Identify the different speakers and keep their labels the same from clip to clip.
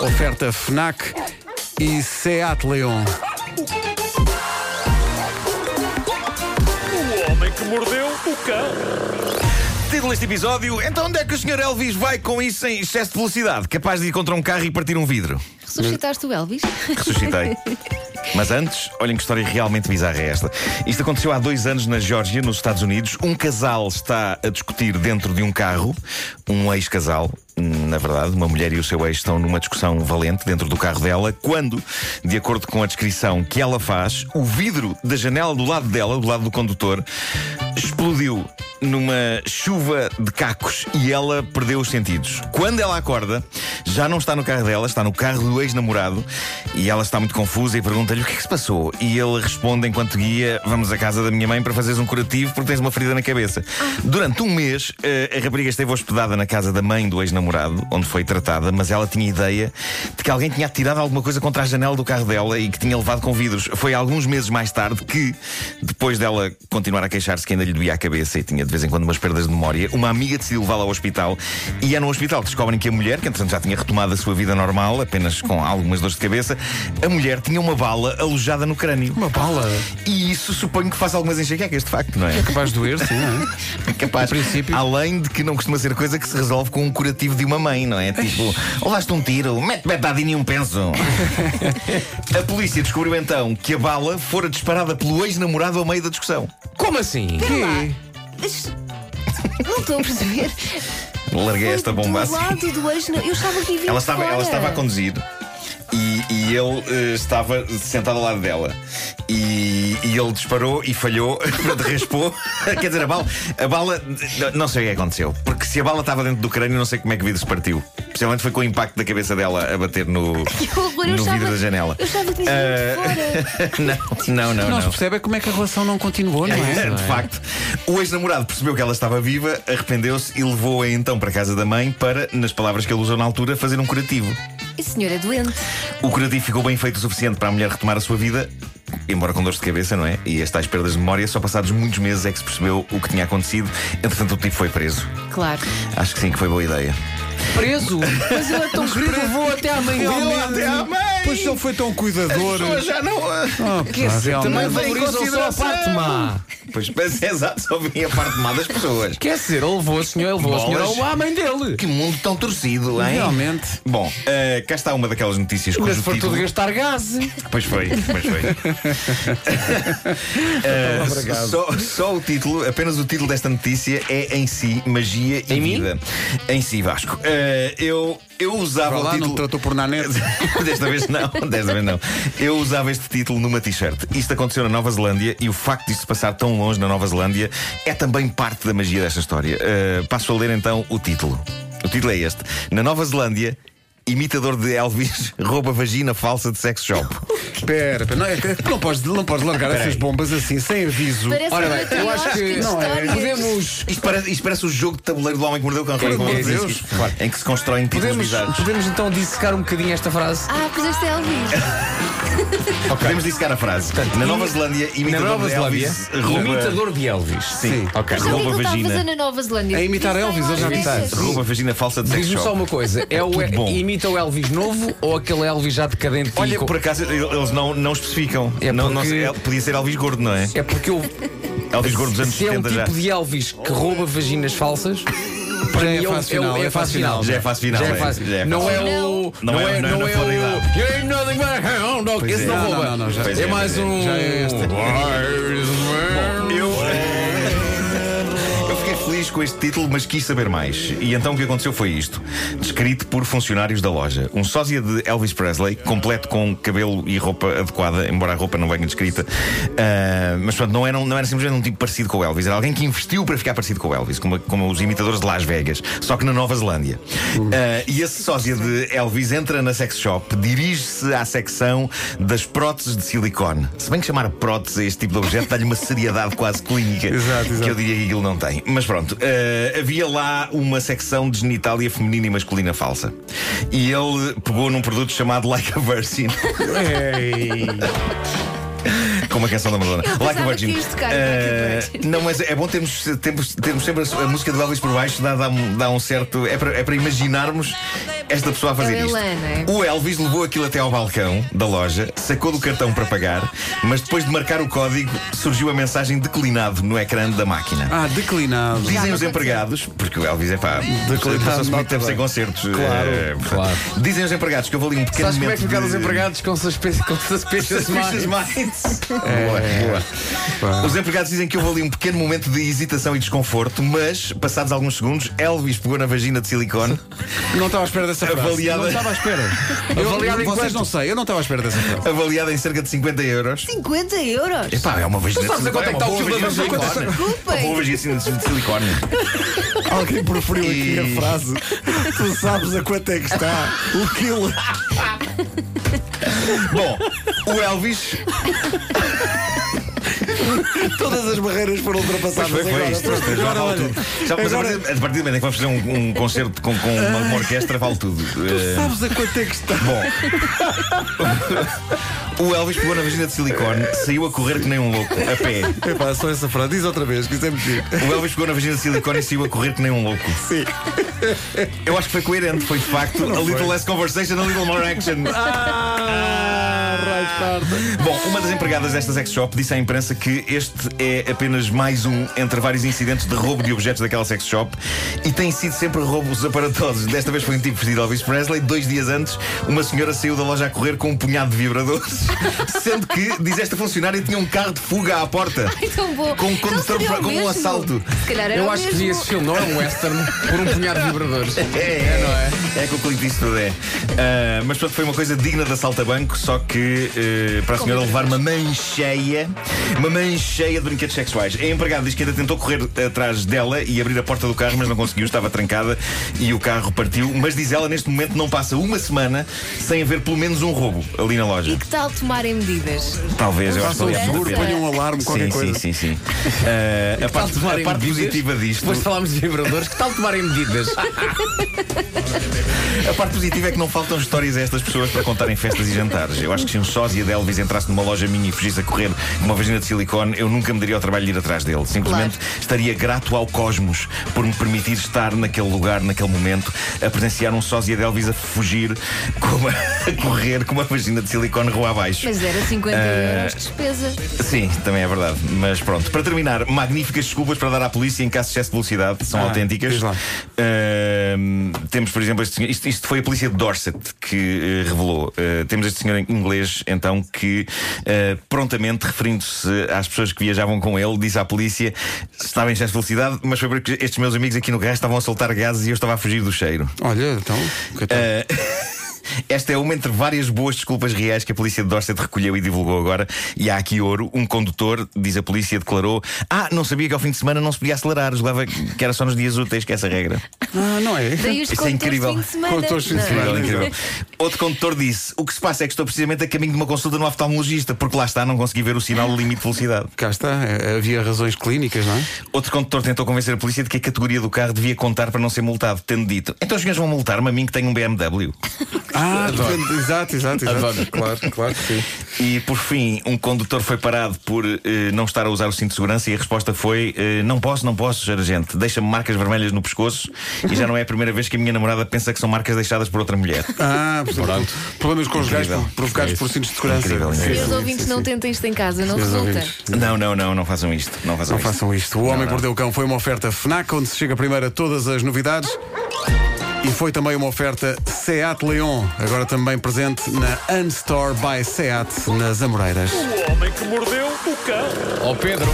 Speaker 1: Oferta FNAC e Seat Leon.
Speaker 2: O homem que mordeu o cão.
Speaker 3: Título deste episódio: Então onde é que o Sr. Elvis vai com isso em excesso de velocidade, capaz de ir contra um carro e partir um vidro?
Speaker 4: Ressuscitaste o Elvis?
Speaker 3: Ressuscitei. Mas antes, olhem que história realmente bizarra é esta. Isto aconteceu há dois anos na Geórgia, nos Estados Unidos. Um casal está a discutir dentro de um carro, um ex-casal. Na verdade, uma mulher e o seu ex estão numa discussão valente dentro do carro dela, quando, de acordo com a descrição que ela faz, o vidro da janela do lado dela, do lado do condutor, explodiu numa chuva de cacos e ela perdeu os sentidos. Quando ela acorda, já não está no carro dela, está no carro do ex-namorado e ela está muito confusa e pergunta-lhe o que é que se passou. E ele responde enquanto guia: Vamos à casa da minha mãe para fazeres um curativo porque tens uma ferida na cabeça. Durante um mês, eh, a rapariga esteve hospedada na casa da mãe do ex-namorado, onde foi tratada, mas ela tinha ideia de que alguém tinha atirado alguma coisa contra a janela do carro dela e que tinha levado com vidros. Foi alguns meses mais tarde que, depois dela continuar a queixar-se que ainda lhe doía a cabeça e tinha de vez em quando umas perdas de memória, uma amiga decidiu levá-la ao hospital e é no hospital que descobrem que a mulher, que entretanto já tinha retomado a sua vida normal, apenas com algumas dores de cabeça, a mulher tinha uma bala alojada no crânio.
Speaker 1: Uma bala.
Speaker 3: E isso suponho que faz algumas enxaquecas, de facto, não é?
Speaker 1: Capaz de doer, sim, não é?
Speaker 3: Capaz.
Speaker 1: No princípio.
Speaker 3: Além de que não costuma ser coisa que se resolve com um curativo de uma mãe, não é? Tipo, ou dás-te um tiro, mete betadinho e um penso. a polícia descobriu então que a bala fora disparada pelo ex-namorado ao meio da discussão.
Speaker 5: Como assim?
Speaker 4: Mas- Não estou a perceber.
Speaker 3: Larguei
Speaker 4: Foi
Speaker 3: esta bomba
Speaker 4: Do
Speaker 3: assim.
Speaker 4: lado do ex, não- eu estava aqui vindo
Speaker 3: Ela estava,
Speaker 4: fora.
Speaker 3: ela estava a conduzir e, e ele eh, estava sentado ao lado dela. E, e ele disparou e falhou, portanto, raspou. Quer dizer, a bala, a bala. n- Não sei o que aconteceu. Porque se a bala estava dentro do crânio, não sei como é que o vidro se partiu. Especialmente foi com o impacto da cabeça dela a bater no,
Speaker 4: Que horror, eu
Speaker 3: no
Speaker 4: estava-
Speaker 3: vidro da janela. Eh,
Speaker 4: Eu estava aqui vindo fora.
Speaker 3: não, não,
Speaker 1: Não
Speaker 3: não.
Speaker 1: se percebe é como é que a relação não continuou, não é?
Speaker 3: de facto, o ex-namorado percebeu que ela estava viva, arrependeu-se e levou-a então para a casa da mãe para, nas palavras que ele usou na altura, fazer um curativo.
Speaker 4: Esse senhor é doente.
Speaker 3: O curativo ficou bem feito o suficiente para a mulher retomar a sua vida, embora com dores de cabeça, não é? E as tais perdas de memória, só passados muitos meses é que se percebeu o que tinha acontecido. Entretanto, o tipo foi preso.
Speaker 4: Claro.
Speaker 3: Acho que sim, que foi boa ideia.
Speaker 5: Preso? Mas ele é tão querido, levou até à mãe dele.
Speaker 1: Pois se ele foi tão cuidador.
Speaker 3: já não.
Speaker 1: Ah, pá, realmente.
Speaker 5: Também
Speaker 3: Mas em
Speaker 5: valorizam só a
Speaker 3: consideração.
Speaker 5: parte má.
Speaker 3: Pois, mas é exato, só vim a parte má das pessoas.
Speaker 5: Quer dizer, ele levou a senhora, ele levou a senhora
Speaker 3: Bolas.
Speaker 5: ou à mãe dele.
Speaker 3: Que mundo tão torcido, hein?
Speaker 1: Realmente.
Speaker 3: Bom, eh, cá está uma daquelas notícias cujo
Speaker 5: Mas se for
Speaker 3: título-
Speaker 5: tudo gastar gás.
Speaker 3: Pois foi, pois foi.
Speaker 1: Então,
Speaker 3: Eh, só, só o título, apenas o título desta notícia é em si magia e
Speaker 5: Em mim?
Speaker 3: vida. Em si, Vasco. Eh, eu, eu usava
Speaker 1: Vá
Speaker 3: o
Speaker 1: lá,
Speaker 3: título.
Speaker 1: não me tratou por nanete.
Speaker 3: desta vez não, desta vez não. Eu usava este título numa t-shirt. Isto aconteceu na Nova Zelândia e o facto de isto se passar tão longe na Nova Zelândia é também parte da magia desta história. Eh, passo a ler então o título. O título é este: Na Nova Zelândia, imitador de Elvis rouba vagina falsa de sex shop.
Speaker 1: Espera, espera. Não, é que não, podes, não podes largar essas bombas assim, sem aviso.
Speaker 4: Parece
Speaker 5: Ora
Speaker 4: um
Speaker 5: bem, eu acho
Speaker 4: quiosque
Speaker 5: que
Speaker 4: de
Speaker 1: não é.
Speaker 4: histórias.
Speaker 5: podemos,
Speaker 3: Isto parece, isto parece o jogo de tabuleiro do homem que mordeu o cão.
Speaker 1: Por amor de
Speaker 3: Em que-
Speaker 1: Deus.
Speaker 3: claro, Em que se constroem títulos
Speaker 5: podemos,
Speaker 3: bizarros.
Speaker 5: podemos então dissecar um bocadinho esta frase.
Speaker 4: Ah, puseste Elvis.
Speaker 3: Podemos dissecar a frase. na Nova Zelândia,
Speaker 5: Na
Speaker 3: imitador
Speaker 5: Nova
Speaker 3: de
Speaker 5: Zelândia,
Speaker 3: Elvis rouba,
Speaker 5: imitador de Elvis. Sim, ok.
Speaker 4: Mas o que é que
Speaker 3: rouba
Speaker 4: ele está a fazer
Speaker 3: vagina.
Speaker 4: na Nova Zelândia?
Speaker 1: A imitar
Speaker 4: Isso
Speaker 1: Elvis,
Speaker 4: não
Speaker 1: ele já
Speaker 4: é
Speaker 1: está.
Speaker 4: Elvis.
Speaker 3: Rouba vagina falsa de sex
Speaker 5: Diz-me
Speaker 3: shop.
Speaker 5: só uma coisa: é o,
Speaker 3: Tudo bom.
Speaker 5: imita o Elvis novo ou aquele Elvis já decadente? e
Speaker 3: Olha,
Speaker 5: co-
Speaker 3: por acaso eles não, não especificam.
Speaker 5: É
Speaker 3: não, não
Speaker 5: porque-
Speaker 3: sei, ele- podia ser Elvis gordo, não é?
Speaker 5: É porque eu,
Speaker 3: Elvis gordo dos anos
Speaker 5: se é um
Speaker 3: 70 já.
Speaker 5: tipo de Elvis que rouba vaginas falsas, para
Speaker 1: Já é
Speaker 5: mim o-
Speaker 1: fase final,
Speaker 5: o-
Speaker 1: é fase final.
Speaker 3: Já é fase final,
Speaker 5: Já é
Speaker 3: é,
Speaker 5: fase-
Speaker 3: já é
Speaker 5: Não
Speaker 3: fase
Speaker 5: é
Speaker 4: final.
Speaker 5: o.
Speaker 3: Não é o- não é na Florida.
Speaker 5: You ain't nothing but a hound dog.
Speaker 3: Pois
Speaker 5: Esse
Speaker 3: é.
Speaker 5: não
Speaker 3: Não,
Speaker 5: rouba.
Speaker 1: não, não, já-
Speaker 3: Pois
Speaker 5: é
Speaker 3: é,
Speaker 5: mais
Speaker 3: pois é.
Speaker 5: um.
Speaker 1: Já é este.
Speaker 3: Eu. Eu fiquei feliz com este título, mas quis saber mais. E então o que aconteceu foi isto. Descrito por funcionários da loja. Um sósia de Elvis Presley, completo com cabelo e roupa adequada, embora a roupa não venha descrita. Ah, mas pronto, não era, um- não era simplesmente um tipo parecido com o Elvis. Era alguém que investiu para ficar parecido com o Elvis, como, como os imitadores de Las Vegas, só que na Nova Zelândia. Ah, e esse sósia de Elvis entra na sex shop, dirige-se à secção das próteses de silicone. Se bem que chamar prótese a este tipo de objeto dá-lhe uma seriedade quase clínica
Speaker 1: Exato, exato.
Speaker 3: que eu diria que aquilo não tem. Mas pronto, eh, havia lá uma secção de genitália feminina e masculina falsa. E ele pegou num produto chamado Like a Virgin.
Speaker 1: Ei.
Speaker 3: Com com uma canção da Madonna.
Speaker 4: Eu
Speaker 3: Like a
Speaker 4: pensava
Speaker 3: Virgin.
Speaker 4: que ias tocar
Speaker 3: Eh,
Speaker 4: Like a Virgin.
Speaker 3: não, mas é bom termos, termos, termos sempre a, a música do Elvis por baixo, dá, dá, um- dá um certo. É para, é para imaginarmos esta pessoa a fazer
Speaker 4: É o
Speaker 3: isto.
Speaker 4: Elan, não é?
Speaker 3: O Elvis levou aquilo até ao balcão da loja, sacou do cartão para pagar, mas depois de marcar o código, surgiu a mensagem declinado no ecrã da máquina.
Speaker 1: Ah, declinado.
Speaker 3: Dizem os empregados, porque o Elvis é pá,
Speaker 1: Declinado,
Speaker 3: passou-se muito
Speaker 1: nota
Speaker 3: tempo
Speaker 1: bem.
Speaker 3: sem concertos.
Speaker 1: Claro,
Speaker 3: eh, portanto,
Speaker 5: claro.
Speaker 3: Dizem os empregados que eu vou ali um pequeno
Speaker 5: Sabes como é
Speaker 3: momento
Speaker 5: que ficaram
Speaker 3: de-
Speaker 5: os empregados com suspeitas com suspeitas
Speaker 3: Suspicious
Speaker 5: mais?
Speaker 3: Minds.
Speaker 5: É.
Speaker 3: Boa, boa. Os empregados dizem que houve ali um pequeno momento de hesitação e desconforto, mas, passados alguns segundos, Elvis pegou na vagina de silicone.
Speaker 1: Não estava à espera dessa frase.
Speaker 3: Avaliada.
Speaker 1: Não estava à espera. Eu,
Speaker 5: Avaliada em
Speaker 1: vocês
Speaker 5: quanto?
Speaker 1: não sei, eu não estava à espera dessa frase.
Speaker 3: Avaliada em cerca de 50 euros.
Speaker 4: 50 euros?
Speaker 3: Pá, é uma vagina
Speaker 5: Tu sabes a
Speaker 3: de silicone.
Speaker 5: quanto é que
Speaker 3: uma
Speaker 5: está o
Speaker 3: boa
Speaker 5: quilo da
Speaker 3: vagina de silicone.
Speaker 5: vagina?
Speaker 3: Uma boa
Speaker 4: Desculpem.
Speaker 3: vagina de silicone.
Speaker 1: Alguém preferiu
Speaker 3: aqui a
Speaker 1: frase. Tu sabes a quanto é que está o quilo.
Speaker 3: Bom, o Elvis.
Speaker 1: Todas as barreiras foram
Speaker 3: Pois
Speaker 1: ultrapassadas.
Speaker 3: foi, foi isto. Pronto, Já vale tudo. Já, mas a
Speaker 1: Agora-
Speaker 3: partir- a partir do momento em que vamos fazer um, um concerto com, com uma, uma orquestra, vale tudo. Eh,
Speaker 1: Sabes a quanto é que está?
Speaker 3: Bom, o Elvis pegou na vagina de silicone, saiu a correr que nem um louco, a pé.
Speaker 1: Epá, só essa frase. Diz outra vez, que isso é mentira.
Speaker 3: O Elvis pegou na vagina de silicone e saiu a correr que nem um louco. Sim. Eu acho que foi coerente, foi Ah, de facto a little less conversation, a little more action. Bom, uma das empregadas desta sex shop disse à imprensa que este é apenas mais um entre vários incidentes de roubo de objetos daquela sex shop e tem sido sempre roubos aparatosos. Desta vez foi um tipo vestido de Elvis Presley. Dois dias antes, uma senhora saiu da loja a correr com um punhado de vibradores, sendo que, diz esta funcionária, tinha um carro de fuga à porta.
Speaker 4: Ai, tão bom.
Speaker 3: Com um
Speaker 4: Então
Speaker 3: condutor
Speaker 4: seria o
Speaker 3: para- com um
Speaker 4: mesmo.
Speaker 3: assalto.
Speaker 4: Se calhar era
Speaker 5: Eu
Speaker 4: o
Speaker 5: acho que
Speaker 4: mesmo.
Speaker 5: vi esse filme, não é um western, por um punhado de vibradores.
Speaker 3: É, é, não é? É que o cliente disse tudo é. Ah, mas pronto, foi uma coisa digna de assalto a banco, só que eh, para a senhora levar uma mãe cheia, uma mãe cheia de brinquedos sexuais. A empregada diz que ainda tentou correr atrás dela e abrir a porta do carro, mas não conseguiu, estava trancada e o carro partiu. Mas diz ela, neste momento não passa uma semana sem haver pelo menos um roubo ali na
Speaker 4: E
Speaker 3: loja.
Speaker 4: que tal tomarem medidas?
Speaker 3: Talvez, eu acho que
Speaker 1: Façam o
Speaker 3: vale a
Speaker 1: seguro,
Speaker 3: pena.
Speaker 1: ponham um alarme, qualquer
Speaker 3: sim,
Speaker 1: coisa.
Speaker 3: sim, sim, sim. Ah, a parte, a parte positiva disto.
Speaker 5: Depois falámos de vibradores, que tal tomarem medidas?
Speaker 3: A parte positiva é que não faltam histórias a estas pessoas para contarem festas e jantares. Eu acho que se um sósia de Elvis entrasse numa loja minha e fugisse a correr numa vagina de silicone, eu nunca me daria ao trabalho de ir atrás dele. Simplesmente estaria grato ao cosmos por me permitir estar naquele lugar, naquele momento, a presenciar um sósia de Elvis a fugir, com uma- a correr com uma vagina de silicone rua abaixo.
Speaker 4: Mas era 50
Speaker 3: Eh,
Speaker 4: euros de despesa.
Speaker 3: Sim, também é verdade. Mas pronto, para terminar, magníficas desculpas para dar à polícia em caso de excesso de velocidade, são
Speaker 1: Ah,
Speaker 3: autênticas.
Speaker 1: diz lá.
Speaker 3: Ahm, temos, por exemplo, este senhor, isto, isto foi a polícia de Dorset que eh, revelou. Ah, temos este senhor em inglês, então, que ah, prontamente, referindo-se às pessoas que viajavam com ele, disse à polícia: estava em excesso de velocidade, mas foi porque estes meus amigos aqui no gás estavam a soltar gases e eu estava a fugir do cheiro.
Speaker 1: Olha, então. coitado.
Speaker 3: Esta é uma entre várias boas desculpas reais que a polícia de Dorset recolheu e divulgou agora. E há aqui ouro. Um condutor, diz a polícia, declarou: Ah, não sabia que ao fim de semana não se podia acelerar. Julgava que era só nos dias úteis, que essa regra.
Speaker 1: Ah, não é?
Speaker 4: Daí os
Speaker 3: Isso é
Speaker 4: condutores
Speaker 3: incrível.
Speaker 4: de fim de semana.
Speaker 1: Condutores de fim de
Speaker 4: Não é?
Speaker 1: semana.
Speaker 3: Incrível, incrível. Outro condutor disse: O que se passa é que estou precisamente a caminho de uma consulta no oftalmologista, porque lá está, não consegui ver o sinal do limite de velocidade.
Speaker 1: Cá está, é, havia razões clínicas, não é?
Speaker 3: Outro condutor tentou convencer a polícia de que a categoria do carro devia contar para não ser multado, tendo dito: Então os senhores vão multar-me a mim que tenho um BMW.
Speaker 1: Ah, depende- exato, exato, exato.
Speaker 5: Adoro.
Speaker 1: Claro, claro que sim.
Speaker 3: E por fim, um condutor foi parado por eh, não estar a usar o cinto de segurança e a resposta foi: eh, Não posso, não posso, senhora gente. Deixa-me marcas vermelhas no pescoço e já não é a primeira vez que a minha namorada pensa que são marcas deixadas por outra mulher.
Speaker 1: Ah, portanto, problemas conjugais
Speaker 3: Incrível. É
Speaker 1: provocados por cintos de segurança.
Speaker 3: Incrível, incrível.
Speaker 4: Meus ouvintes, não tentem isto em casa, não
Speaker 1: Meus
Speaker 4: resulta.
Speaker 1: ouvintes.
Speaker 3: Não, não, não, não façam isto. Não façam
Speaker 1: Não
Speaker 3: isto.
Speaker 1: façam isto. O Homem que Mordeu o Cão foi uma oferta FNAC, onde se chega primeiro a todas as novidades. E foi também uma oferta SEAT Leon, agora também presente na Unstore by SEAT, nas Amoreiras.
Speaker 2: O homem que mordeu o cão.
Speaker 5: Ó Pedro,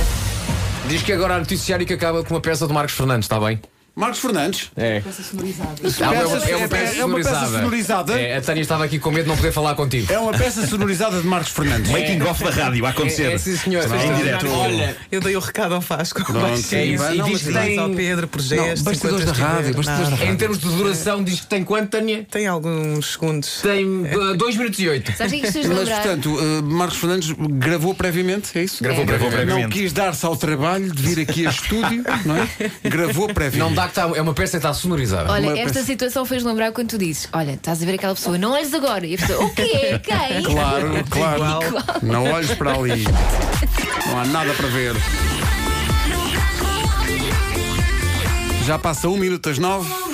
Speaker 5: diz que agora há noticiário que acaba com uma peça de Marcos Fernandes, está bem?
Speaker 1: Marcos Fernandes,
Speaker 5: É. Ah,
Speaker 1: sonorizada. É- é uma peça sonorizada.
Speaker 5: É, a Tânia estava aqui com medo de não poder falar contigo.
Speaker 1: é uma peça sonorizada de Marcos Fernandes.
Speaker 3: Making off da rádio a acontecer.
Speaker 5: É, é, sim, senhor.
Speaker 3: Em
Speaker 5: Sim,
Speaker 3: direto.
Speaker 5: Olha,
Speaker 6: Eu dei o recado ao Vasco.
Speaker 1: Pronto,
Speaker 5: é
Speaker 1: e
Speaker 5: isso.
Speaker 1: vai-
Speaker 5: E
Speaker 1: não,
Speaker 5: diz
Speaker 1: mas
Speaker 5: que
Speaker 6: Parabéns
Speaker 5: tem-
Speaker 6: ao Pedro por gestos.
Speaker 1: Não, bastidores
Speaker 6: enquanto
Speaker 1: da
Speaker 6: eu
Speaker 1: rádio,
Speaker 6: estiver-
Speaker 1: bastidores da
Speaker 6: Nada.
Speaker 5: em termos de duração, diz que tem quanto, Tânia?
Speaker 6: Tem alguns segundos.
Speaker 5: Tem 2 minutos e 8.
Speaker 4: Sabes o que é que vocês
Speaker 1: Mas,
Speaker 4: lembrar?
Speaker 1: portanto, eh, Marcos Fernandes gravou previamente, é isso?
Speaker 5: Gravou
Speaker 1: É.
Speaker 5: previamente.
Speaker 1: Não quis dar-se ao trabalho de vir aqui a estúdio, não é? Gravou previamente.
Speaker 5: Não dá que está, é uma peça que está sonorizada.
Speaker 4: Olha,
Speaker 1: Uma
Speaker 4: esta
Speaker 1: peça-
Speaker 4: situação fez lembrar quando tu dizes: Olha, estás a ver aquela pessoa, não olhes agora. E a pessoa, o quê? Quem?
Speaker 1: Claro, claro.
Speaker 6: Igual.
Speaker 1: Não olhes para ali. Não há nada para ver. Já passa um minuto às nove.